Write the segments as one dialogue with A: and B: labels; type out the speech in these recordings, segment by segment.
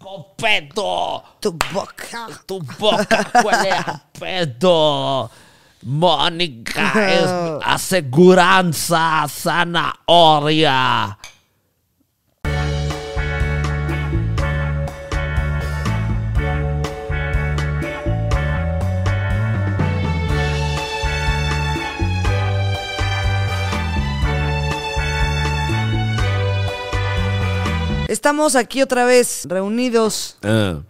A: escopeto.
B: Tu boca.
A: Tu boca huele a pedo. Mónica es aseguranza zanahoria.
B: Estamos aquí otra vez, reunidos.
A: Eh,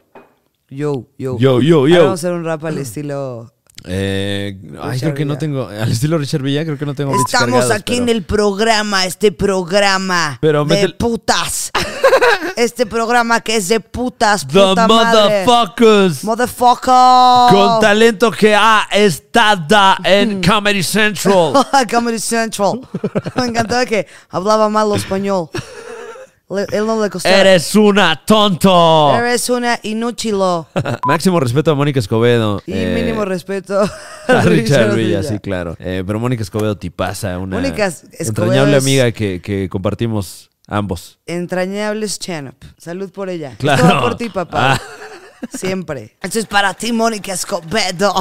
B: Yo, yo.
A: Yo, yo,
B: Ahora
A: yo.
B: Vamos a hacer un rap al estilo.
A: eh, ay,
B: Richard
A: creo que no
B: Villa.
A: tengo. Al estilo Richard Villa, creo que no tengo. beats
B: Estamos
A: cargados,
B: aquí en
A: pero-
B: el programa, este programa
A: Pero
B: de
A: métele-
B: putas. este programa que es de putas,
A: The
B: puta madre.
A: Motherfuckers.
B: Motherfucker.
A: Con talento que ha estado
B: Mm.
A: en Comedy Central.
B: Comedy Central. Me encantaba que hablaba mal español. Le- él no le costaba.
A: Eres una tonto.
B: Eres una inútilo.
A: Máximo respeto a Mónica Escobedo.
B: Y
A: Eh,
B: mínimo respeto
A: A Richard Villa, sí, claro. Eh, pero Mónica Escobedo tipaza, una
B: Mónica Es- Escobedo
A: entrañable
B: es-
A: amiga que, que compartimos ambos.
B: Entrañables Chanup. Salud por ella.
A: Claro.
B: Todo por ti, papá.
A: Ah.
B: Siempre. Esto es para ti, Mónica Escobedo.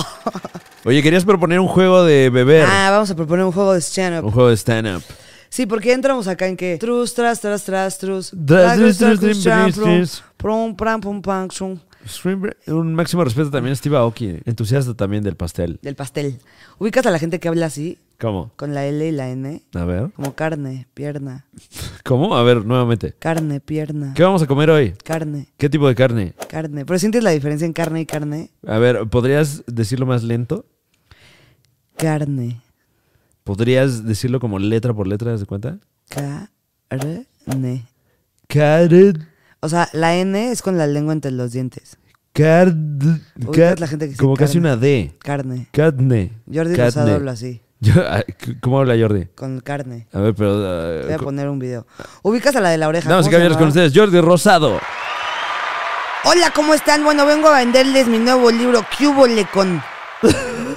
A: Oye, querías proponer un juego de beber,
B: Ah, vamos a proponer un juego de stand-up.
A: un juego de stand-up.
B: Sí, porque entramos acá en que trus, tras, tras, tras, trus.
A: Tras, trus, trus, trim,
B: chan,
A: tris, tris.
B: plum, prum, pram, pum, pam, chum.
A: Un máximo respeto también a Steve Aoki, entusiasta también del pastel.
B: Del pastel. Ubicas a la gente que habla así,
A: ¿Cómo?
B: con la L y la N,
A: A ver.
B: como carne, pierna,
A: ¿Cómo? A ver, nuevamente.
B: carne, pierna,
A: ¿Qué vamos a comer hoy?
B: carne,
A: ¿Qué tipo de carne?
B: carne. Pero sientes la diferencia en carne y carne.
A: A ver, ¿podrías decirlo más lento?
B: Carne.
A: ¿Podrías decirlo como letra por letra, ¿das de cuenta?
B: Carne.
A: Carne.
B: O sea, la N es con la lengua entre los dientes.
A: Car-
B: Ubicas
A: car-
B: la gente que dice
A: como casi
B: carne.
A: una D.
B: Carne.
A: Catne.
B: Jordi
A: Catne.
B: Rosado habla así,
A: Yo- ah, c- ¿Cómo habla Jordi?
B: con carne.
A: A ver, pero.
B: Te Voy a
A: ah, co-
B: poner un video. Ubicas a la de la oreja.
A: Damas y
B: ¿cómo se
A: caballeros, con
B: llamaba?
A: ustedes, Jordi Rosado.
B: Hola, ¿cómo están? Bueno, vengo a venderles mi nuevo libro, Cúbole con.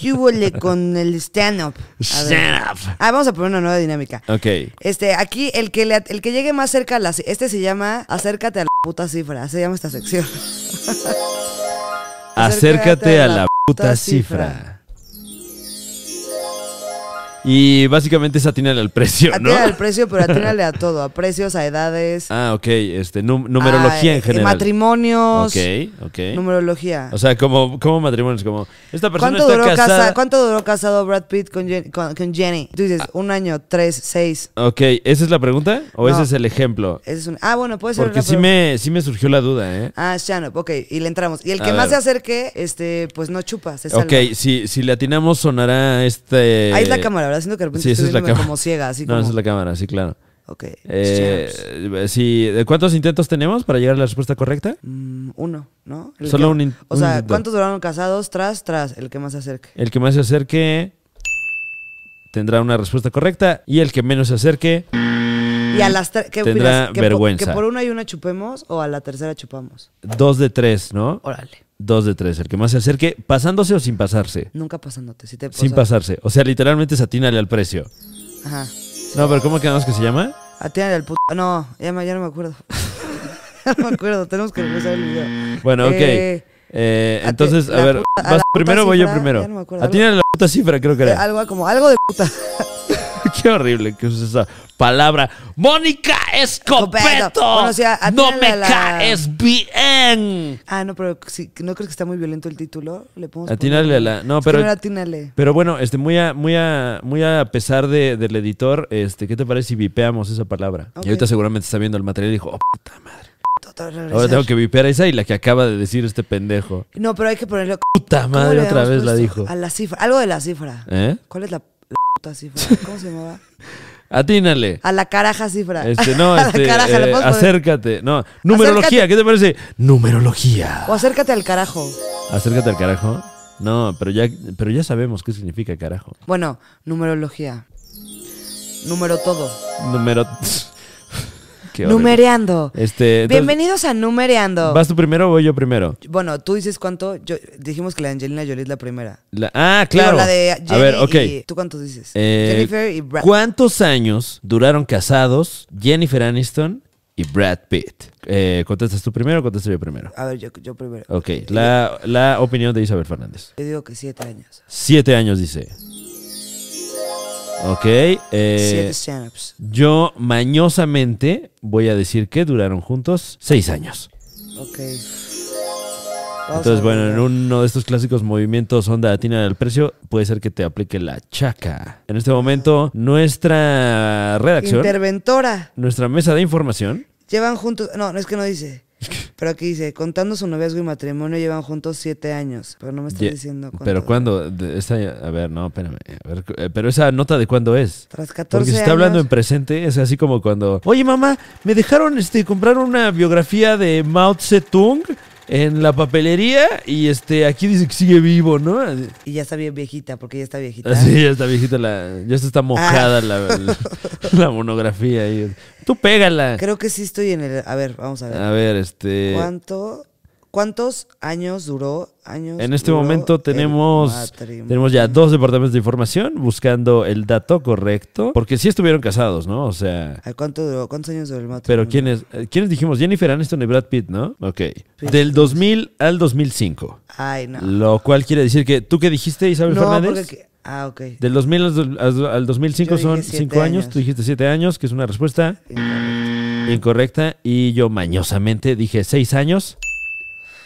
B: Cúbole con el stand-up. A ver.
A: Stand up.
B: Ah, vamos a poner una nueva dinámica.
A: Ok.
B: Este, aquí, el que, le- el que llegue más cerca a la. Este se llama Acércate a la puta cifra. Se llama esta sección.
A: Acércate a la puta cifra.
B: cifra.
A: Y básicamente es atinarle al precio, ¿no?
B: Atínale al precio, pero atínale a todo. A precios, a edades.
A: Ah, ok. Este, num- numerología
B: a, eh,
A: en general.
B: Matrimonios.
A: Ok, ok.
B: Numerología.
A: O sea, como, como matrimonios, como. Esta persona
B: ¿Cuánto
A: está
B: duró, casa-
A: casada. Ah.
B: ¿Cuánto duró casado Brad Pitt con, Jen- con- con Jenny? Tú dices, un año, tres, seis.
A: Ok, ¿esa es la pregunta? ¿O ese
B: No.
A: es el ejemplo?
B: Ese es un- ah, bueno, puede ser
A: Porque
B: una
A: sí
B: pregunta.
A: me, sí me surgió la duda, ¿eh?
B: Ah, Shannon, ok, y le entramos. Y el
A: A
B: que
A: ver.
B: más se acerque, este, pues no chupa, se salva.
A: Ok, si, si le atinamos sonará este...
B: Ahí es la cámara, ¿verdad? Siento que de repente
A: Sí, esa
B: estoy
A: es la
B: viéndome
A: cámara.
B: como ciega, así
A: No,
B: como.
A: esa es la cámara, sí, claro.
B: Ok.
A: Eh, sí, ¿de ¿Cuántos intentos tenemos para llegar a la respuesta correcta?
B: Mm, uno, ¿no? El
A: Solo
B: que-
A: un in-
B: O sea,
A: un intento.
B: ¿cuántos duraron casados? Tras, tras, el que más se acerque.
A: El que más se acerque tendrá una respuesta correcta y el que menos se acerque...
B: Y a las tres. ¿Qué
A: Mm, Tendrá
B: opinas? ¿Que po-
A: vergüenza.
B: ¿Que por una y una chupemos o a la tercera chupamos?
A: Dos de tres, ¿no?
B: Órale.
A: Dos de tres. El que más se acerque, pasándose o sin pasarse.
B: Nunca pasándote. Si te o
A: Sin
B: sea,
A: pasarse. O sea, literalmente se atínale al precio.
B: Ajá.
A: No, pero ¿cómo quedamos que se llama?
B: Atiende al puto. No, ya, me- ya no me acuerdo. ya no me acuerdo. Tenemos que regresar el video.
A: Bueno, ok.
B: Eh,
A: Eh,
B: a
A: entonces,
B: ti-
A: a
B: la
A: ver,
B: puta- a
A: ¿vas
B: la
A: primero o
B: puta
A: voy yo
B: cifra?
A: primero?
B: Ya no me acuerdo.
A: Atínale la puta cifra, creo que
B: Eh,
A: era.
B: algo como algo de puta.
A: Qué horrible que uses esa palabra. ¡Mónica Escobeto!
B: Escobeto. Bueno, o sea,
A: ¡No
B: atínale
A: me
B: a la-
A: caes bien!
B: Ah, no, pero si, ¿no crees que está muy violento el título? Le podemos
A: Atínale a la- no,
B: Es que
A: pero-
B: no era atínale.
A: Pero bueno, este, muy a, muy a, muy a pesar de- del editor, este, ¿qué te parece si vipeamos esa palabra?
B: Ok.
A: Y ahorita seguramente está viendo el material y dijo, "Oh, puta madre.
B: Todo regresar.
A: Ahora tengo que vipear esa y la que acaba de decir este pendejo.
B: No, pero hay que ponerle.
A: Puta
B: ¿Cómo
A: madre,
B: le
A: otra
B: habíamos
A: vez la
B: puesto?
A: dijo.
B: A la cifra. Algo de la cifra.
A: ¿Eh?
B: ¿Cuál es la, la puta cifra? ¿Cómo se llamaba?
A: Atínale.
B: A la caraja cifra.
A: Este, no,
B: a la
A: este,
B: caraja. le
A: eh,
B: podemos poner-
A: acércate. No, numerología, ¿qué te parece? Numerología.
B: O acércate al carajo.
A: Acércate al carajo. No, pero ya, pero ya sabemos qué significa carajo.
B: Bueno, numerología. Número todo.
A: Número. Qué horrible.
B: Numereando.
A: Este, entonces,
B: Bienvenidos a Numereando.
A: ¿Vas tú primero o voy yo primero?
B: Bueno, tú dices cuánto. Yo, dijimos que la de Angelina Jolie es la primera.
A: La- ah,
B: Digo,
A: claro.
B: la de Jenny
A: a ver, ok.
B: y- ¿Tú cuántos dices?
A: Eh,
B: Jennifer y Brad.
A: ¿Cuántos años duraron casados Jennifer Aniston y Brad Pitt. Eh, ¿Contestas tú primero o contesto yo primero?
B: A ver, yo, yo primero.
A: Ok, la, la opinión de Isabel Fernández.
B: Yo digo que siete años.
A: Siete años, dice. Ok. eh,
B: siete stand-ups.
A: yo mañosamente voy a decir que duraron juntos seis años.
B: Ok. Oh,
A: Entonces, bueno, en uno de estos clásicos movimientos onda latina del precio, puede ser que te aplique la chaca. En este momento, nuestra redacción,
B: Interventora.
A: nuestra mesa de información,
B: Llevan juntos. No, no es que no dice. Pero aquí dice, contando su noviazgo y matrimonio, llevan juntos siete años. Pero no me estás
A: Ye-
B: diciendo cuánto.
A: Pero cuándo, De- esa- a ver, no, espérame, a ver, cu- eh, pero esa nota de cuándo es.
B: Tras 14
A: Porque se está
B: años,
A: hablando en presente, es así como cuando, oye mamá, me dejaron este comprar una biografía de Mao Zedong en la papelería y este aquí dice que sigue vivo, ¿no? Así,
B: Y ya está bien viejita, porque ya está viejita.
A: así, ya está viejita la, ya se está mojada la, la- la monografía ahí. Tú pégala.
B: Creo que sí estoy en el... A ver, vamos a ver.
A: A ver, este
B: ¿Cuánto, ¿Cuántos años duró? Años
A: En este
B: duró
A: momento
B: el
A: tenemos,
B: matrimonio?
A: tenemos ya dos departamentos de información buscando el dato correcto, porque sí estuvieron casados, ¿no? O sea,
B: Ay, ¿cuánto duró? ¿Cuántos años duró el matrimonio?
A: pero ¿quiénes, eh, ¿quiénes dijimos? Jennifer Aniston y Brad Pitt, ¿no? Ok. Del 2000 al 2005.
B: Ay, no.
A: Lo cual quiere decir que, ¿tú qué dijiste, Isabel
B: Ah. No,
A: Fernández?
B: porque... que- Ah, ok.
A: Del 2000 al, al- al 2005
B: Yo dije
A: son
B: siete
A: 5 años,
B: años.
A: tú dijiste 7 años, que es una respuesta incorrecta, y yo mañosamente dije 6 años,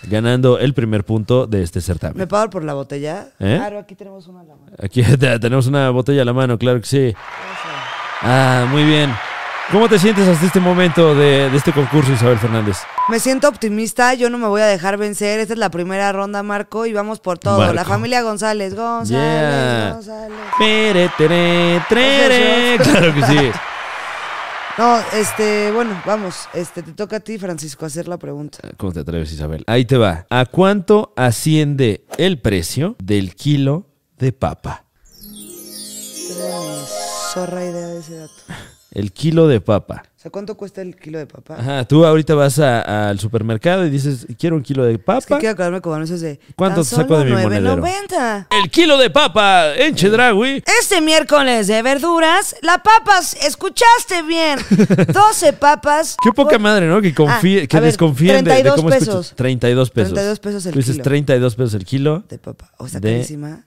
A: ganando el primer punto de este certamen.
B: ¿Me pagan por la botella?
A: ¿Eh?
B: Claro, aquí tenemos una a la mano.
A: Aquí te- tenemos una botella a la mano, claro que sí. Ah, muy bien. ¿Cómo te sientes hasta este momento de, de este concurso, Isabel Fernández?
B: Me siento optimista, yo no me voy a dejar vencer. Esta es la primera ronda, Marco, y vamos por todo. La
A: Marco.
B: familia González, González,
A: Yeah.
B: González.
A: Pere, tere, trere. Claro que sí.
B: No, este, bueno, vamos, este, te toca a ti, Francisco, hacer la pregunta.
A: ¿Cómo te atreves, Isabel? Ahí te va. ¿A cuánto asciende el precio del kilo de papa?
B: Tengo ni zorra idea de ese dato.
A: El kilo de papa.
B: O sea, ¿cuánto cuesta el kilo de papá?
A: Ajá, tú ahorita vas a- al supermercado y dices, quiero un kilo de papa.
B: Es que quiero quedarme con esos de.
A: ¿Cuánto
B: tan
A: te saco de mi
B: solo
A: monedero?
B: 9.90.
A: El kilo de papa en Chedragui.
B: Este miércoles de verduras, la papas, escuchaste bien. 12 papas.
A: Qué poca
B: por-
A: madre, ¿no? Que, confíe,
B: Ah,
A: que
B: a ver,
A: desconfíen de- de,
B: 32
A: cómo escuchas.
B: pesos.
A: 32 pesos.
B: 32 pesos el
A: Tú dices
B: kilo.
A: 32 pesos el kilo.
B: De papa. O sea,
A: de
B: carísima.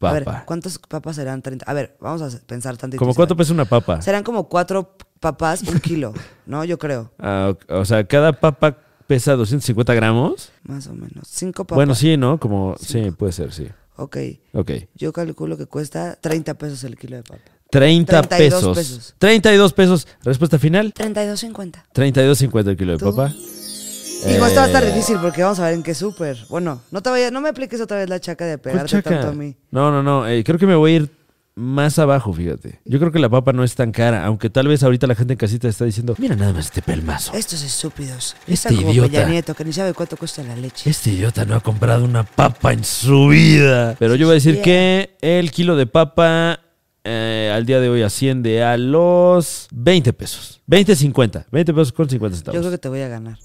B: A ver,
A: papa.
B: ¿cuántas papas serán? 30. A ver, vamos a pensar tantito.
A: ¿Cómo cuánto
B: Isabel.
A: pesa una papa?
B: Serán como cuatro papas, un kilo, ¿no? Yo creo.
A: Ah, o, o sea, cada papa pesa 250 gramos.
B: Más o menos. Cinco papas.
A: Bueno, sí, ¿no? Como, sí, puede ser, sí.
B: Ok.
A: Ok.
B: Yo calculo que cuesta 30 pesos el kilo de papa.
A: 30
B: 32
A: pesos.
B: pesos.
A: 32 pesos. Respuesta final.
B: 32.50.
A: 32.50 el kilo de
B: ¿Tú?
A: papa.
B: Digo, esto va a estar
A: Eh,
B: difícil porque vamos a ver en qué súper. Bueno, no te vayas, no me apliques otra vez la chaca de
A: ¿cuál
B: pegarte
A: Pues chaca?
B: tanto a mí.
A: No, no, no. eh, creo que me voy a ir más abajo, fíjate. Yo creo que la papa no es tan cara, aunque tal vez ahorita la gente en casita está diciendo, mira nada más este pelmazo.
B: Estos estúpidos.
A: Este
B: Están como
A: idiota.
B: Peña Nieto, que ni sabe cuánto cuesta la leche.
A: Este idiota no ha comprado una papa en su vida. Pero yo voy a decir
B: Yeah.
A: que
B: eh.
A: el kilo de papa eh, al día de hoy asciende a los 20 pesos. 20, 50. 20 pesos con 50
B: Yo creo
A: centavos.
B: que te voy a ganar.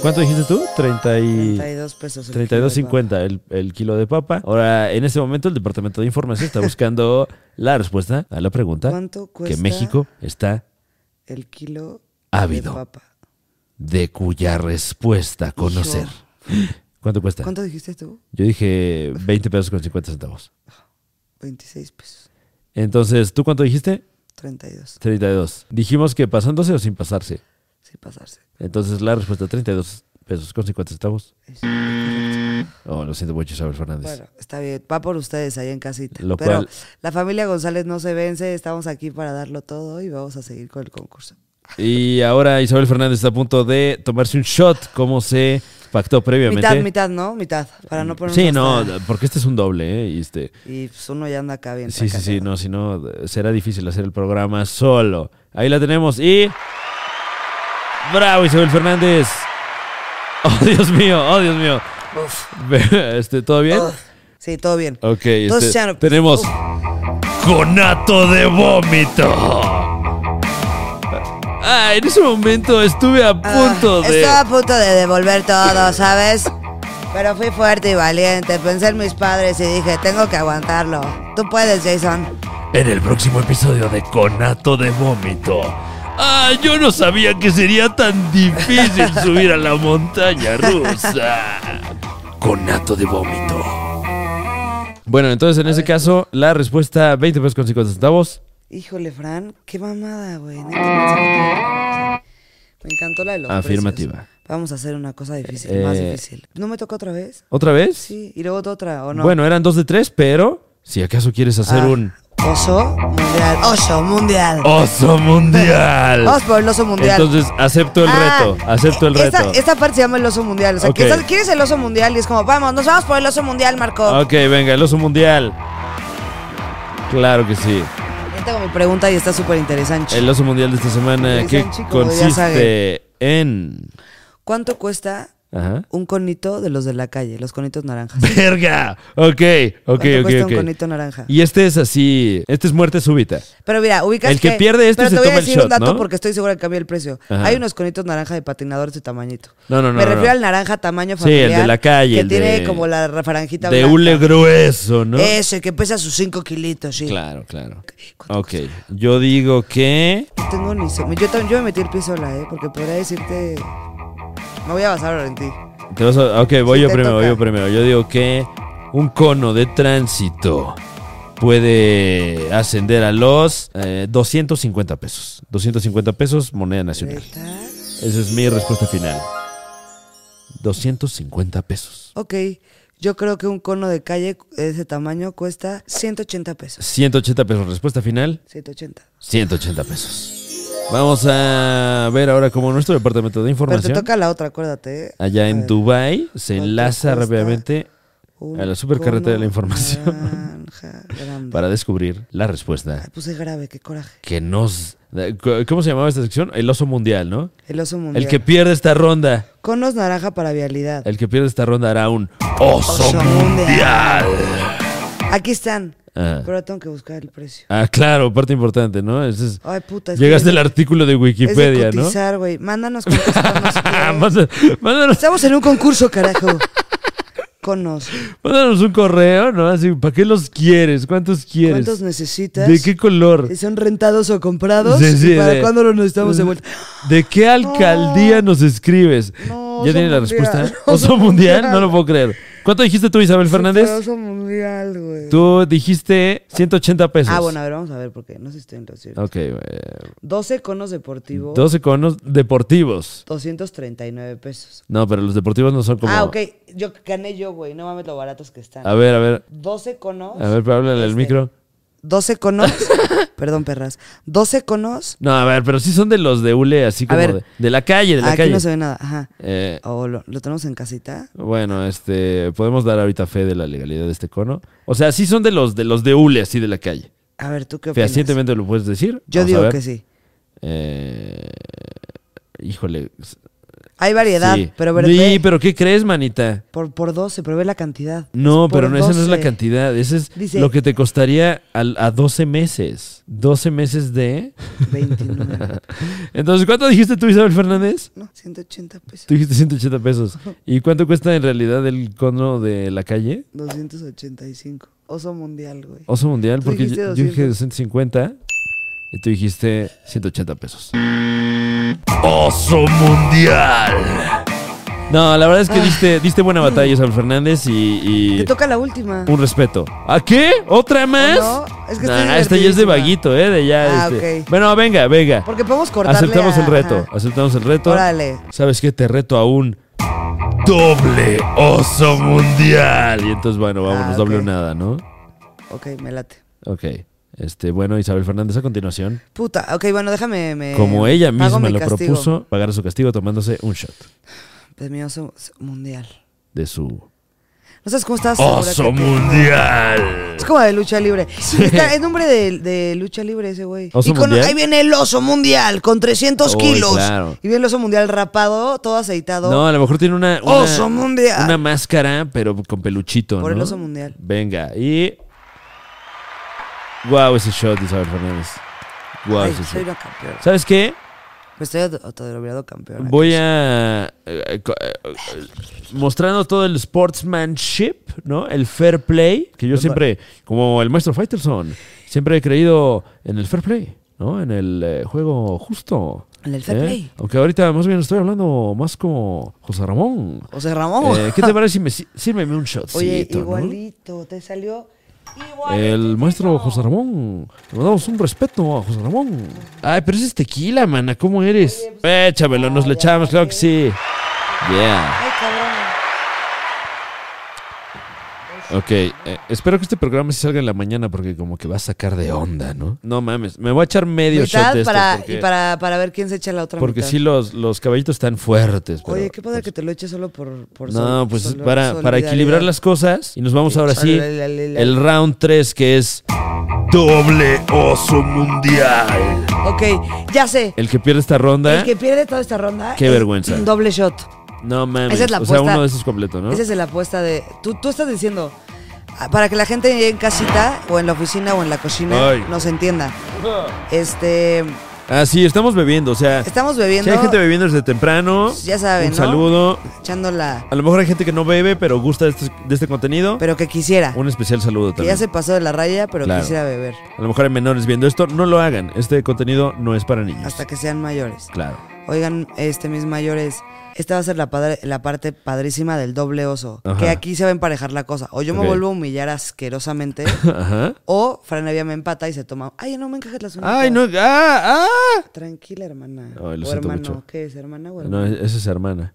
A: ¿Cuánto dijiste tú? 30 y...
B: 32 pesos. el kilo de papa.
A: 32.50 el, el kilo de papa. Ahora, en este momento, el Departamento de Información está buscando la respuesta a la pregunta
B: ¿Cuánto
A: que
B: cuesta?
A: México está
B: El kilo
A: Ávido.
B: de papa.
A: de cuya respuesta conocer. ¿Cuánto cuesta?
B: ¿Cuánto dijiste tú?
A: Yo dije 20 pesos con 50 centavos.
B: 26 pesos.
A: Entonces, ¿tú cuánto dijiste?
B: 32.
A: 32. Dijimos que pasándose o sin pasarse.
B: Sin pasarse.
A: Entonces, la respuesta 32 pesos con 50 centavos.
B: Es correcto.
A: Oh, lo siento mucho, Isabel Fernández.
B: Bueno, está bien. Va por ustedes ahí en casita.
A: Lo
B: Pero
A: cual-
B: la familia González no se vence. Estamos aquí para darlo todo y vamos a seguir con el concurso.
A: Y ahora Isabel Fernández está a punto de tomarse un shot, como se pactó previamente.
B: Mitad, mitad, ¿no? Mitad. Para no ponernos
A: Sí, no,
B: hasta-
A: porque este es un doble, ¿eh? Y este,
B: Y pues uno ya anda acá bien.
A: sí, sí, sí,
B: sacateado.
A: no, si no, eh, será difícil hacer el programa solo. Ahí la tenemos y... ¡Bravo, Isabel Fernández! ¡Oh, Dios mío! ¡Oh, Dios mío!
B: Uf.
A: Este, ¿Todo bien?
B: Ugh. Sí, todo bien.
A: Ok,
B: Dos
A: este,
B: stand-up.
A: tenemos
B: Uf.
A: conato de vómito. Ah, en ese momento estuve a punto
B: Ah,
A: de...
B: Estaba a punto de devolver todo, ¿sabes? Pero fui fuerte y valiente. Pensé en mis padres y dije, tengo que aguantarlo. Tú puedes, Jason.
A: En el próximo episodio de Conato de Vómito, Ah, yo no sabía que sería tan difícil subir a la montaña rusa. Con nato de vómito. Bueno, entonces en ese caso, la respuesta 20 pesos con 50 centavos.
B: Híjole, Fran, qué mamada, güey. Neta, pensaba que- Me encantó la de los precios.
A: Afirmativa.
B: Vamos a hacer una cosa difícil,
A: Eh,
B: más
A: eh.
B: difícil. ¿No me toca otra vez?
A: ¿Otra vez?
B: Sí, y luego otra, ¿o no?
A: Bueno, eran dos de tres, pero si acaso quieres hacer
B: Ah,
A: un
B: Oso mundial. Oso mundial.
A: oso mundial.
B: Vamos por el oso mundial.
A: Entonces acepto el reto,
B: Ah,
A: acepto el
B: eh, esta-
A: reto.
B: Esta parte se llama el oso mundial. O sea, que
A: Ok.
B: estás- quieres el oso mundial y es como, vamos, nos vamos por el oso mundial, Marco.
A: Ok, venga, el oso mundial. Claro que sí.
B: Yo tengo mi pregunta y está súper interesante.
A: El oso mundial de esta semana
B: Dicen,
A: que
B: chico, Pues ya saben.
A: consiste en...
B: ¿Cuánto cuesta
A: Ajá.
B: un conito de los de la calle? Los conitos naranjas.
A: Verga. Ok, ok,
B: ¿Cuánto
A: ok,
B: cuesta un
A: ok.
B: conito naranja?
A: Y este es así, este es muerte súbita.
B: Pero mira, ubicas
A: El que pierde este
B: pero
A: se
B: te voy
A: toma
B: a
A: el
B: decir
A: shot,
B: un dato
A: ¿no?
B: porque estoy segura que cambió el precio.
A: Ajá.
B: Hay unos conitos naranja de patinador de su tamañito.
A: No, no, no,
B: Me
A: no,
B: refiero
A: no.
B: al naranja tamaño
A: Sí, el de
B: familiar.
A: la calle,
B: Que
A: el
B: tiene
A: de-
B: como la faranjita
A: De
B: blanca.
A: hule grueso, ¿no?
B: Ese, que pesa sus 5 kilitos, sí.
A: Claro, claro.
B: ¿Cuánto
A: Ok, yo digo que...
B: No tengo ni... se- Yo, tam- yo me metí el pie sola, ¿eh? Porque podría decirte... Me voy a basar ahora en ti.
A: Te vas a- ok, voy
B: Sí,
A: yo
B: te
A: primero, voy
B: toca.
A: yo primero. Yo digo que un cono de tránsito puede ascender a los eh, 250 pesos. 250 pesos, moneda nacional.
B: ¿Neta?
A: Esa es mi respuesta final. 250 pesos.
B: Ok. Yo creo que un cono de calle de ese tamaño cuesta 180 pesos.
A: 180 pesos, respuesta final.
B: 180.
A: 180 pesos. Vamos a ver ahora cómo nuestro departamento de
B: Pero te
A: información
B: toca la otra, acuérdate. ¿eh?
A: allá en Dubai se
B: ¿cuánto
A: enlaza
B: cuesta
A: rápidamente
B: Un
A: a la supercarretera de la
B: cono
A: información
B: naranja grande.
A: para descubrir la respuesta
B: Ay, puse grave, qué coraje.
A: que nos... ¿Cómo se llamaba esta sección? El oso mundial, ¿no?
B: El oso mundial.
A: El que pierde esta ronda,
B: Conos naranja para vialidad.
A: el que pierde esta ronda hará un oso
B: Oso
A: mundial.
B: Aquí están.
A: Ah.
B: Pero tengo que buscar el precio.
A: Ah, claro, parte importante, ¿no? Ese es-
B: Ay, puta. es
A: llegaste
B: que-
A: al artículo de
B: es de
A: Wikipedia, ¿no?
B: cotizar, güey. Mándanos cuántos conos quieres.
A: Manda- Mándanos
B: Estamos en un concurso, carajo. Conos.
A: Mándanos un correo, ¿no? Así, ¿para qué los quieres? ¿Cuántos quieres?
B: ¿Cuántos necesitas?
A: ¿De qué color?
B: Si ¿Son rentados o comprados?
A: Sí, sí,
B: ¿Y para
A: de-
B: cuándo los necesitamos de vuelta?
A: ¿De qué alcaldía nos escribes?
B: No,
A: ¿Ya
B: oso
A: tiene la
B: mundial.
A: respuesta?
B: Oso
A: ¿Oso mundial?
B: mundial.
A: No lo puedo creer. ¿Cuánto dijiste tú, Isabel Fernández?
B: Oso mundial, güey.
A: Tú dijiste 180 pesos.
B: Ah, bueno, a ver, vamos a ver, porque no sé si estoy en lo cierto.
A: Ok, eh,
B: 12 conos deportivos,
A: 12 conos deportivos.
B: 239 pesos.
A: No, pero los deportivos no son como...
B: Ah, ok. Yo gané yo, güey. No mames lo baratos que están.
A: A ver, a ver.
B: 12 conos.
A: A ver, pero háblale al
B: Este.
A: micro.
B: 12 conos. perdón, perras. 12 conos.
A: No, a ver, pero sí son de los de hule, así como
B: ver.
A: de, de la calle, de la
B: Aquí
A: calle.
B: no se ve nada. Ajá.
A: Eh,
B: O lo, lo tenemos en casita.
A: Bueno, este, podemos dar ahorita fe de la legalidad de este cono. O sea, sí son de los de los de hule así de la calle.
B: A ver, ¿tú qué opinas?
A: Fehacientemente lo puedes decir.
B: Yo
A: Vamos a
B: digo
A: ver.
B: que sí.
A: Eh, híjole. s-
B: Hay variedad,
A: sí.
B: pero ver,
A: Sí,
B: ve
A: pero ¿qué crees, manita?
B: por, por 12, pero ve la cantidad.
A: No,
B: Es Pues por
A: pero no, esa no es la
B: 12.
A: cantidad. Ese es
B: Dice-
A: lo que te costaría al- a, 12 meses. 12 meses de.
B: 29.
A: Entonces, ¿cuánto dijiste tú, Isabel Fernández?
B: No, 180 pesos.
A: Tú dijiste 180 pesos. ¿Y cuánto cuesta en realidad el cono de la calle?
B: 285. Oso mundial, güey.
A: Oso mundial,
B: Tú
A: porque yo,
B: dijiste
A: yo dije 250 y tú dijiste 180 pesos. Oso mundial. No, la verdad es que diste, diste buena batalla, Isabel Fernández, y, y
B: Te toca la última.
A: un respeto. ¿A qué? ¿Otra más?
B: no? Es que
A: Nah, esta
B: estoy
A: ya es de
B: divertidísima.
A: vaguito, ¿eh? De ya,
B: Ah,
A: este.
B: ok.
A: Bueno, venga, venga.
B: Porque podemos cortarle
A: Aceptamos
B: a-
A: el reto,
B: ajá.
A: aceptamos el reto.
B: Órale.
A: ¿Sabes qué? Te reto a un doble oso mundial. Y entonces, bueno, vámonos,
B: Ah, ok.
A: doble o nada, ¿no?
B: Ok, me late.
A: Ok. Este, bueno, Isabel Fernández, a continuación,
B: Puta, ok, bueno, déjame. Me,
A: como ella
B: Eh, pago
A: misma
B: mi
A: lo
B: castigo.
A: propuso, pagará su castigo tomándose un shot
B: Pues mi oso mundial.
A: de su
B: No sabes cómo estás. segura que
A: oso
B: te-
A: mundial.
B: Es como de lucha libre. Está, es nombre de, de lucha libre ese güey.
A: ¿Oso
B: Y con-
A: mundial?
B: ahí viene el oso mundial con 300
A: Uy,
B: kilos.
A: claro.
B: Y viene el oso mundial rapado, todo aceitado.
A: No, a lo mejor tiene una, una-
B: Oso mundial.
A: una máscara, pero con peluchito,
B: Por el
A: ¿no?
B: oso mundial.
A: Venga, y wow, ese shot de Isabel Fernández. Wow,
B: Ay,
A: ese shot.
B: soy una campeona.
A: ¿Sabes qué?
B: Me estoy auto- autodenominando campeona.
A: Voy a. eh, co- eh, eh, mostrando todo el sportsmanship, ¿no? El fair play. Que yo siempre, como el maestro Fighterson, siempre he creído en el fair play. ¿no? En el eh, juego justo.
B: En el fair
A: ¿eh?
B: play.
A: Aunque ahorita más bien estoy hablando más como José Ramón.
B: José Ramón.
A: Eh, ¿Qué te parece si me si- sírveme un shotcito?
B: Oh. Oye,
A: ¿no?
B: igualito, te salió igualito.
A: El maestro José Ramón. Le damos un respeto a José Ramón. Ay, pero ese es tequila, mana. ¿Cómo eres? Échamelo, nos le echamos, claro que sí. Yeah.
B: Ay, cabrón.
A: Ok, eh, espero que este programa sí salga en la mañana porque como que va a sacar de onda, ¿no? No mames, me voy a echar medio shot
B: Mitad
A: de esto
B: para,
A: porque,
B: y para, para ver quién se echa la otra
A: porque
B: mitad.
A: sí los, los caballitos están fuertes. pero-
B: Oye, qué padre que te lo eches solo por... por
A: No,
B: sol-
A: pues
B: solo-
A: para, para
B: solidaridad.
A: equilibrar las cosas y nos vamos ahora sí
B: Solidaridad.
A: el round 3 que es doble oso mundial.
B: Ok, ya sé.
A: El que pierde esta ronda,
B: El que pierde toda esta ronda...
A: ¿Eh? Qué
B: es
A: vergüenza.
B: un Doble shot.
A: no mames,
B: Esa es la
A: o sea,
B: apuesta.
A: uno de esos completo, ¿no?
B: Esa es la apuesta de... Tú, tú estás diciendo... ah, Para que la gente en casita, o en la oficina, o en la cocina,
A: Ay.
B: nos entienda. Este...
A: Ah, sí, estamos bebiendo, o sea,
B: Estamos bebiendo... Pues
A: si hay gente bebiendo desde temprano,
B: Ya saben,
A: un
B: ¿no?
A: saludo.
B: Echando la...
A: A lo mejor hay gente que no bebe, pero gusta de este, de este contenido.
B: Pero que quisiera.
A: un especial saludo
B: Que
A: también.
B: ya se pasó de la raya, pero
A: Claro.
B: quisiera beber.
A: A lo mejor hay menores viendo esto. No lo hagan. Este contenido no es para niños.
B: Hasta que sean mayores.
A: Claro.
B: Oigan, este, mis mayores, esta va a ser la, padre- la parte padrísima del doble oso.
A: Ajá.
B: Que aquí se va a emparejar la cosa. O yo
A: Ok.
B: me vuelvo a humillar asquerosamente,
A: Ajá.
B: o Franevia me empata y se toma. Ay, no me encajes las uñas.
A: Ay, no. ¡Ah! ¡Ah!
B: Tranquila, hermana.
A: Ay, lo
B: o
A: siento
B: hermano,
A: mucho.
B: ¿qué es, hermana o hermano?
A: No, esa es hermana.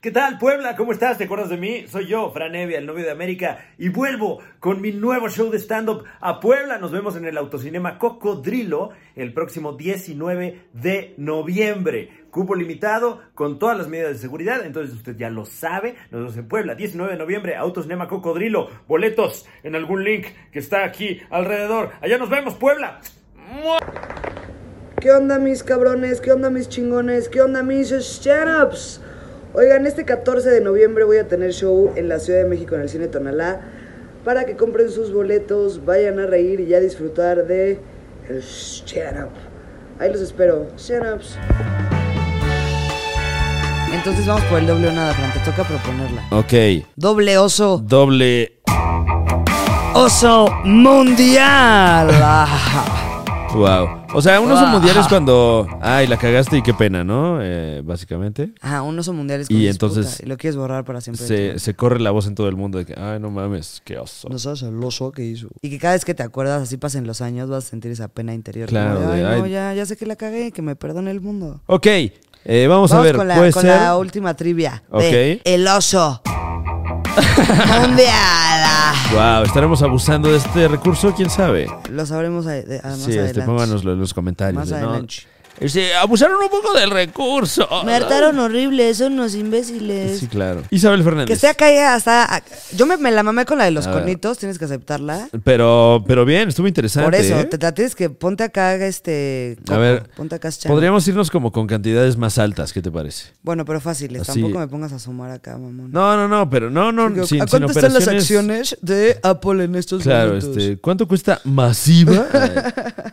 C: ¿Qué tal, Puebla? ¿Cómo estás? ¿Te acuerdas de mí? Soy yo, Fran Evia, el novio de América, y vuelvo con mi nuevo show de stand-up a Puebla. Nos vemos en el autocinema Cocodrilo el próximo 19 de noviembre. Cupo limitado, con todas las medidas de seguridad, entonces usted ya lo sabe. Nos vemos en Puebla, 19 de noviembre, autocinema Cocodrilo. Boletos en algún link que está aquí alrededor. Allá nos vemos, Puebla.
B: ¿Qué onda mis cabrones? ¿Qué onda mis chingones? ¿Qué onda mis stand-ups? Oigan, este 14 de noviembre voy a tener show en la Ciudad de México en el Cine Tonalá para que compren sus boletos, vayan a reír y a disfrutar de el stand-up. Ahí los espero, stand-ups. Entonces vamos por el doble o nada, Fran, te toca proponerla.
A: Ok.
B: Doble oso,
A: Doble.
B: oso mundial. Ah.
A: Wow. O sea, un oso
B: Wow.
A: mundial es cuando. Ay, la cagaste y qué pena, ¿no? Eh, básicamente.
B: Ajá, un oso mundial es
A: Y
B: cuando
A: entonces-
B: disputa y lo quieres borrar para siempre. de
A: Se,
B: tu
A: se corre la voz en todo el mundo de que, ay, no mames, qué oso.
B: No sabes el oso que hizo. Y que cada vez que te acuerdas, así pasen los años, vas a sentir esa pena interior.
A: Claro,
B: como de,
A: de,
B: Ay, no,
A: ay".
B: ya, ya sé que la cagué, que me perdone el mundo.
A: Ok, eh, vamos, a ver.
B: con la,
A: puede
B: con
A: ser.
B: la última trivia. de
A: Ok.
B: el oso. Mundial.
A: Wow, estaremos abusando de este recurso, quién sabe.
B: Lo sabremos a- de- a- más
A: sí,
B: adelante.
A: este, pónganoslo en los comentarios.
B: Más
A: de, ¿no?
B: adelante.
A: Este, abusaron un poco del recurso.
B: Me hartaron horrible, son unos imbéciles.
A: Sí, claro. Isabel Fernández.
B: Que esté acá hasta. Yo me, me la mamé con la de los
A: A ver.
B: cornitos, tienes que aceptarla.
A: Pero, pero bien, estuvo interesante.
B: Por eso,
A: ¿eh?
B: te la tienes que. Ponte acá, este. coco,
A: ver,
B: Ponte acá, chano.
A: Podríamos irnos como con cantidades más altas, ¿qué te parece?
B: Bueno, pero fáciles.
A: Así-
B: Tampoco me pongas a sumar acá, mamón.
A: No, no, no, pero no, no.
B: Digo,
A: sin-
B: ¿A
A: sin
B: cuánto están las
A: operaciones-
B: acciones de Apple en estos
A: Claro,
B: momentos?
A: este, ¿cuánto cuesta masiva?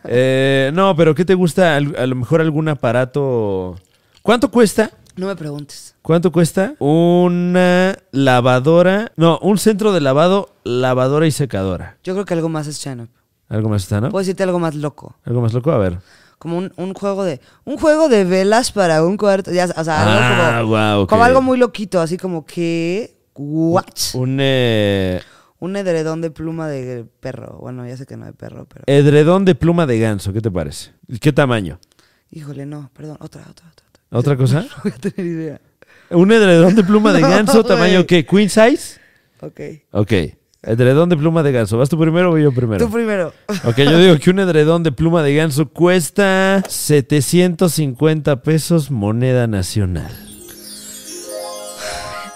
A: Eh, no, pero ¿qué te gusta? Al- a lo mejor algún aparato. ¿Cuánto cuesta?
B: No me preguntes.
A: ¿Cuánto cuesta? Una lavadora. No, un centro de lavado, lavadora y secadora.
B: Yo creo que algo más es Chano.
A: ¿Algo más está, no?
B: Puedo decirte algo más loco.
A: ¿Algo más loco? A ver.
B: Como un, un juego de. Un juego de velas para un cuarto. Ya, o sea, algo
A: Ah,
B: como.
A: guau, ok.
B: Como algo muy loquito, así como que. What?
A: Un eh,
B: Un edredón de pluma de perro. Bueno, ya sé que no de perro,
A: Eh.
B: pero.
A: edredón de pluma de ganso, ¿qué te parece? ¿Qué tamaño?
B: Híjole, no, perdón. Otra, otra, otra. otra.
A: ¿Otra cosa?
B: No voy a tener idea.
A: ¿Un edredón de pluma de
B: No,
A: ganso,
B: güey.
A: tamaño qué? ¿Queen size?
B: Ok.
A: Ok. Edredón de pluma de ganso. ¿Vas tú primero o voy yo primero?
B: Tú primero.
A: Ok, yo digo que un edredón de pluma de ganso cuesta 750 pesos moneda nacional.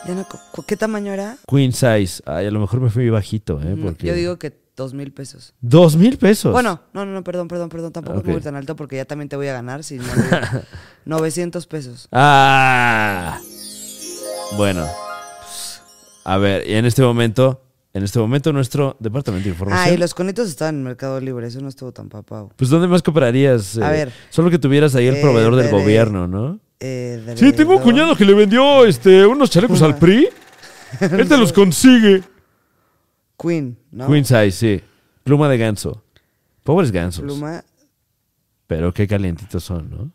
B: Ya no co- co- ¿Qué tamaño era?
A: Queen size. Ay, a lo mejor me fui bajito, ¿eh?
B: Mm,
A: Porque...
B: Yo digo que dos mil pesos.
A: ¿Dos mil pesos?
B: Bueno, no, no, no, perdón, perdón, perdón. Tampoco
A: Ok.
B: puedo ir tan alto porque ya también te voy a ganar. Si no, le digo. 900 pesos.
A: Ah. Bueno. A ver, y en este momento en este momento nuestro departamento de información.
B: Ah, y los conetos estaban en Mercado Libre, eso no estuvo tan papado.
A: Pues ¿dónde más comprarías? Eh,
B: A ver.
A: Solo que tuvieras ahí el
B: Eh,
A: proveedor del
B: veré.
A: gobierno, ¿no?
B: Eh, de
A: Sí, tengo un
B: verdad.
A: cuñado que le vendió este, unos chalecos al PRI. Él te los consigue.
B: Queen, ¿no?
A: Queen size, sí. Pluma de ganso. Pobres gansos.
B: Pluma.
A: Pero qué calientitos son, ¿no?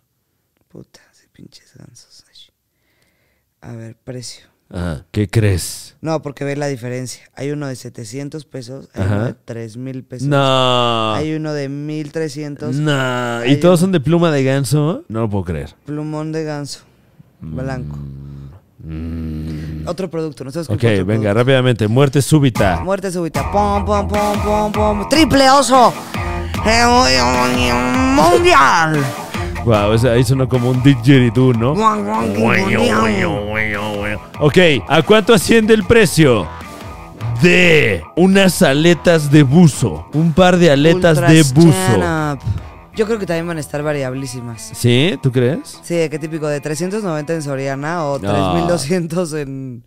B: Puta, ese pinches gansos. ay. A ver, precio.
A: Ajá. ¿Qué crees?
B: No, porque ve la diferencia. Hay uno de 700 pesos, hay uno
A: Ajá.
B: de 3 mil pesos.
A: No.
B: Hay uno de 1300.
A: No.
B: hay
A: ¿Y todos son de pluma de ganso? No lo puedo creer.
B: Plumón de ganso.
A: Mm.
B: Blanco. Otro producto, no sabes
A: Ok, venga, rápidamente. Muerte súbita.
B: Muerte súbita. Pom, pom, pom, pom, pom. Triple oso. Eh, Mundial.
A: Wow, o sea, ahí sonó como un didgeridoo, ¿no?
B: Guau, guau, mundial.
A: Ok, ¿a cuánto asciende el precio? De unas aletas de buzo. Un par de aletas
B: Ultra
A: de buzo.
B: stand-up. Yo creo que también van a estar variabilísimas.
A: ¿Sí? ¿Tú crees?
B: Sí, ¿de qué típico? ¿De 390 en Soriana o
A: No.
B: 3200 en.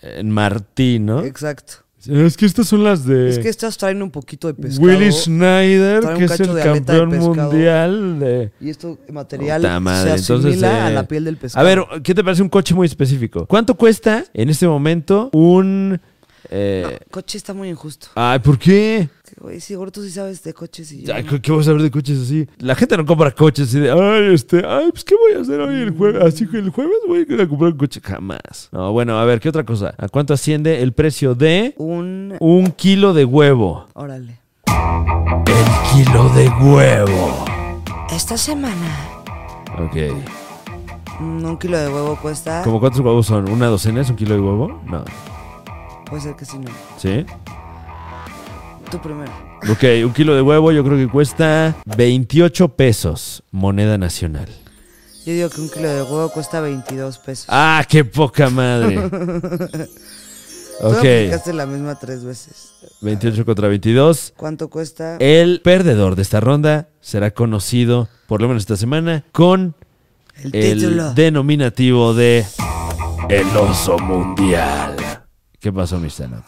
A: En Martín,
B: Eh,
A: ¿no?
B: Exacto.
A: Es que estas son las de
B: Es que estas traen un poquito de pescado.
A: Willy Schneider,
B: trae un
A: que es
B: cacho
A: el
B: de aleta de
A: campeón
B: pescado.
A: mundial de...
B: Y esto material
A: Puta madre,
B: se
A: entonces,
B: asimila a
A: eh,
B: la piel del pescado.
A: A ver, ¿qué te parece un coche muy específico? ¿Cuánto cuesta en este momento un... eh,
B: Coche está muy injusto.
A: Ay, ¿por qué?
B: Que, Güey, seguro tú sí sabes de coches y yo
A: Ay,
B: no.
A: ¿Qué vas a ver de coches así? La gente no compra coches así de, ay, este, ay, pues ¿qué voy a hacer hoy el jueves? Así que el jueves voy a ir a comprar un coche. Jamás. No, bueno, a ver, ¿qué otra cosa? ¿A cuánto asciende el precio de
B: Un.
A: un kilo de huevo?
B: Órale.
A: El kilo de huevo.
B: Esta semana,
A: Ok.
B: mm, un kilo de huevo cuesta.
A: ¿Como cuántos huevos son? ¿Una docena es un kilo de huevo? No.
B: Puede ser que sí, no.
A: ¿Sí?
B: Tú primero.
A: Ok, un kilo de huevo yo creo que cuesta 28 pesos, moneda nacional.
B: Yo digo que un kilo de huevo cuesta 22 pesos.
A: ¡Ah, qué poca madre!
B: Tú
A: Ok,
B: aplicaste la misma tres veces.
A: 28 contra 22.
B: ¿Cuánto cuesta?
A: El perdedor de esta ronda será conocido, por lo menos esta semana, con
B: el título.
A: el denominativo de El Oso Mundial. ¿Qué pasó, mi stand-up?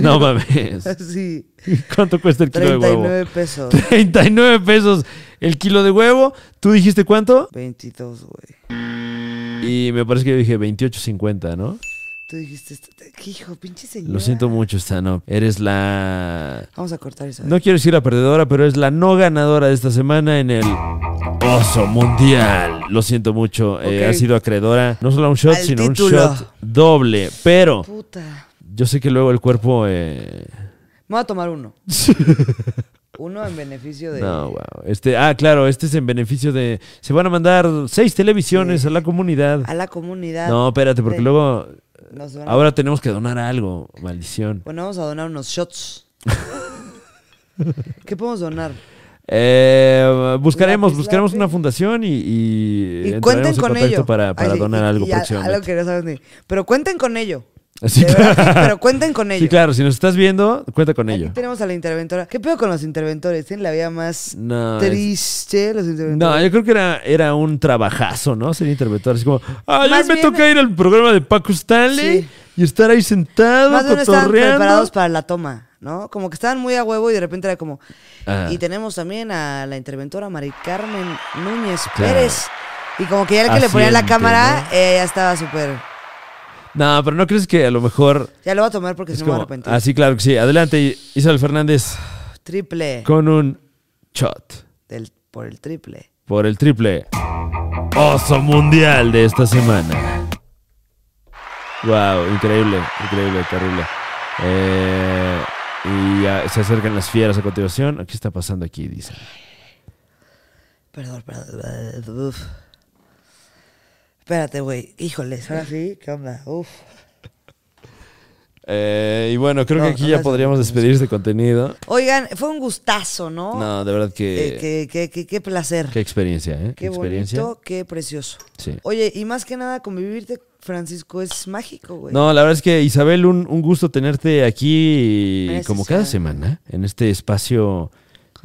A: No mames.
B: Sí.
A: ¿Cuánto cuesta el kilo de huevo?
B: 39 pesos.
A: 39 pesos el kilo de huevo. ¿Tú dijiste cuánto?
B: 22, güey.
A: Y me parece que yo dije 28.50, ¿no?
B: Tú dijiste, esto- ¿qué hijo, pinche señor?
A: Lo siento mucho, Stanop. Eres la...
B: Vamos a cortar eso.
A: No quiero decir la perdedora, pero es la no ganadora de esta semana en el Oso Mundial. Lo siento mucho. eh,
B: Ok.
A: ha sido acreedora. No solo a un shot,
B: Al
A: sino a
B: título.
A: un shot doble. Pero
B: Puta.
A: yo sé que luego el cuerpo... eh,
B: Me voy a tomar uno. uno en beneficio de.
A: No, wow. Este, ah, claro, este es en beneficio de... Se van a mandar seis televisiones a la comunidad.
B: A la comunidad.
A: No, espérate, porque
B: de-
A: luego
B: nos van a-
A: ahora tenemos que donar algo. Maldición.
B: Bueno, vamos a donar unos shots. ¿Qué podemos donar?
A: Eh, buscaremos,
B: Lápiz,
A: buscaremos
B: lápiz.
A: una fundación y, y
B: Y
A: entraremos
B: cuenten
A: en
B: con
A: contacto
B: ello.
A: para, para
B: Ay,
A: donar
B: y-
A: algo
B: y a-
A: próximamente.
B: Algo que no sabes ni. Pero cuenten con ello.
A: Sí,
B: De verdad,
A: claro.
B: Pero cuenten con ello.
A: Sí, claro, si nos estás viendo, cuenta con
B: Aquí
A: ello.
B: tenemos a la interventora. ¿Qué pedo con los interventores? Tienen la vida más
A: No, es-
B: triste, los
A: No,
B: interventores.
A: yo creo que era, era un trabajazo, ¿no? Ser interventor, así como, ay, hoy
B: Más
A: me
B: bien-
A: toca ir al programa de Paco Stanley
B: Sí.
A: y estar ahí sentado,
B: Más de uno estaban
A: cotorreando.
B: preparados para la toma, ¿no? Como que estaban muy a huevo y de repente era como.
A: Ah.
B: Y tenemos también a la interventora Mari Carmen Núñez
A: Claro.
B: Pérez. Y como que ya el que le ponía la
A: Asiente,
B: cámara,
A: ¿no?
B: eh, ya estaba súper.
A: No, pero no crees que a lo mejor.
B: Ya lo voy a tomar porque
A: Es
B: si no me voy a
A: como-
B: arrepentir.
A: ah, sí, claro que sí. Adelante, Isabel Fernández,
B: Triple.
A: con un shot.
B: Del, por el triple.
A: por el triple oso mundial de esta semana. Wow, increíble, increíble, terrible. Eh, y ya se acercan las fieras a continuación. ¿Qué está pasando aquí? Dice.
B: Perdón, perdón. Uf. Espérate, güey. Híjoles, ahora sí, ¿qué onda? Uf.
A: Eh, y bueno, creo
B: No,
A: que aquí
B: no
A: ya
B: es-
A: podríamos despedir este contenido.
B: Oigan, fue un gustazo, ¿no?
A: No, de verdad
B: Eh,
A: que.
B: qué, qué- qué- qué placer.
A: Qué experiencia, ¿eh?
B: qué
A: experiencia.
B: bonito, qué precioso.
A: Sí.
B: Oye, y más que nada, convivirte, Francisco, es mágico, güey.
A: No, la verdad es que Isabel, un, un gusto tenerte aquí
B: Gracias,
A: como cada
B: Isabel.
A: semana en este espacio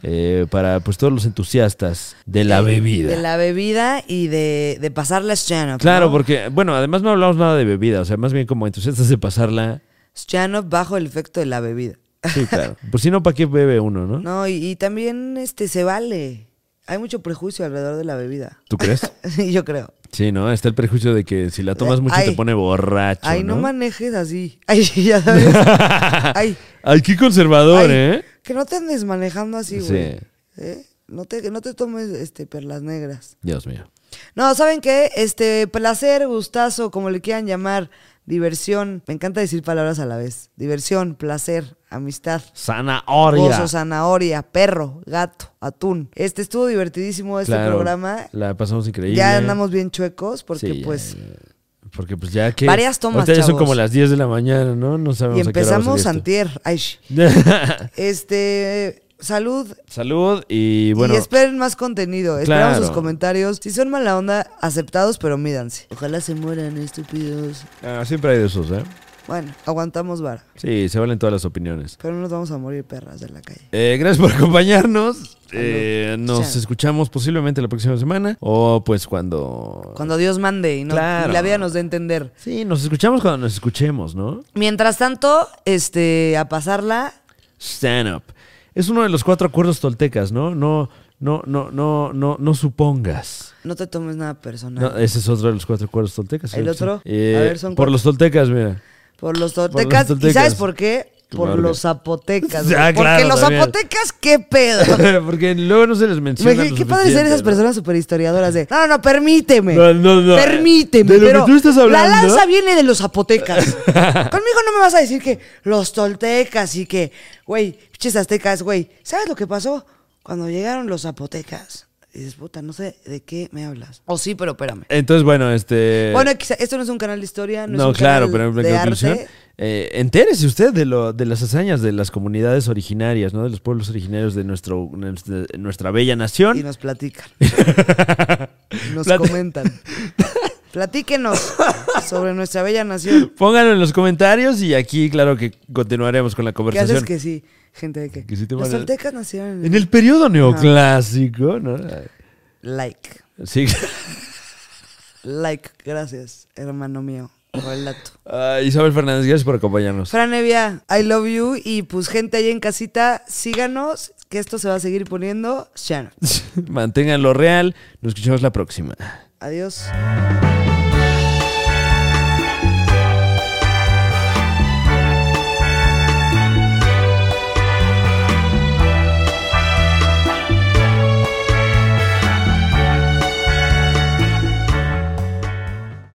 A: eh, para pues todos los entusiastas de la bebida.
B: De la bebida y de, de pasar la escena.
A: Claro, porque, bueno, además no hablamos nada de bebida, o sea, más bien como entusiastas de pasarla
B: Shanov bajo el efecto de la bebida.
A: Sí, claro. Pues si no, ¿para qué bebe uno, no?
B: No, y, y también este se vale. Hay mucho prejuicio alrededor de la bebida.
A: ¿Tú crees?
B: Yo creo.
A: Sí, ¿no? Está el prejuicio de que si la tomas mucho
B: Ay.
A: te pone borracho.
B: Ay, no,
A: no
B: manejes así. Ay, ya sabes. Ay,
A: Ay, qué conservador,
B: ay,
A: ¿eh?
B: Que no te andes manejando así,
A: Sí.
B: güey. ¿Eh? No te, que no te tomes este, perlas negras.
A: Dios mío.
B: No, ¿saben qué? Este, placer, gustazo, como le quieran llamar, diversión. Me encanta decir palabras a la vez. Diversión, placer, amistad.
A: Zanahoria.
B: Gozo, zanahoria, perro, gato, atún. Este estuvo divertidísimo este
A: Claro,
B: programa.
A: La pasamos increíble.
B: Ya andamos bien chuecos porque
A: Sí, ya,
B: pues
A: ya. Porque pues ya que...
B: Varias tomas,
A: Ahorita ya son
B: chavos.
A: como las 10 de la mañana, ¿no? No sabemos
B: y
A: a qué hora va a salir
B: empezamos
A: esto.
B: antier. Ay, sh- este, salud
A: Salud y bueno...
B: y esperen más contenido. Esperamos
A: Claro.
B: sus comentarios. Si son mala onda, aceptados, pero mídanse. Ojalá se mueran estúpidos.
A: ah, siempre hay de esos, ¿eh?
B: Bueno, aguantamos vara,
A: Sí, se valen todas las opiniones.
B: pero no nos vamos a morir perras de la calle.
A: Eh, gracias por acompañarnos. Eh, nos
B: Chao.
A: escuchamos posiblemente la próxima semana o pues cuando...
B: Cuando Dios mande y, no,
A: Claro.
B: y la vida nos dé a entender.
A: Sí, nos escuchamos cuando nos escuchemos, ¿no?
B: Mientras tanto, este, a pasarla.
A: Stand up. Es uno de los cuatro acuerdos toltecas, ¿no? No, no, no, no, no, no supongas.
B: No te tomes nada personal.
A: No, eh, ese es otro de los cuatro acuerdos toltecas.
B: ¿El
A: creo que
B: otro?
A: sí. Eh,
B: A ver, son
A: por
B: cuatro.
A: los toltecas, mira.
B: Por los
A: los
B: toltecas. ¿Y
A: toltecas.
B: sabes por qué? Por
A: Claro.
B: los zapotecas. güey.
A: Ah,
B: Porque
A: claro,
B: los
A: también.
B: zapotecas, qué pedo.
A: Porque luego no se les menciona.
B: Me dije,
A: lo
B: qué padre ser
A: suficiente,
B: esas
A: ¿no?
B: personas superhistoriadoras de. No, no, no, permíteme.
A: No, no, no.
B: Permíteme.
A: De lo que
B: pero
A: tú estás
B: La
A: hablando-
B: lanza viene de los zapotecas. Conmigo no me vas a decir que los toltecas y que, güey, pinches aztecas, güey. ¿Sabes lo que pasó? Cuando llegaron los zapotecas. Y dices, puta, no sé de qué me hablas. O sí, pero espérame.
A: Entonces, bueno, este.
B: Bueno, quizá- esto no es un canal de historia, no,
A: Eh. no,
B: es un
A: claro,
B: canal
A: pero en
B: de
A: conclusión.
B: arte.
A: eh, entérese usted de, lo, de las hazañas de las comunidades originarias, ¿no? De los pueblos originarios de nuestro, de nuestra bella
B: Y
A: nación.
B: nos platican. Nos
A: Plati-
B: comentan. Platíquenos sobre nuestra bella nación.
A: Pónganlo en los comentarios y aquí, claro, que continuaremos con la
B: ¿Qué haces
A: conversación.
B: que sí? Gente de que.
A: Que sí te
B: Los
A: van a-
B: toltecas nacieron
A: En el periodo neoclásico, ¿no?
B: Like.
A: Sí.
B: Like. Gracias, hermano mío. por el dato.
A: Ah, Isabel Fernández, gracias por acompañarnos.
B: Fran Evia, I love you. Y pues, gente ahí en casita, síganos, que esto se va a seguir poniendo. Shannon.
A: Manténganlo real. Nos escuchamos la próxima.
B: Adiós.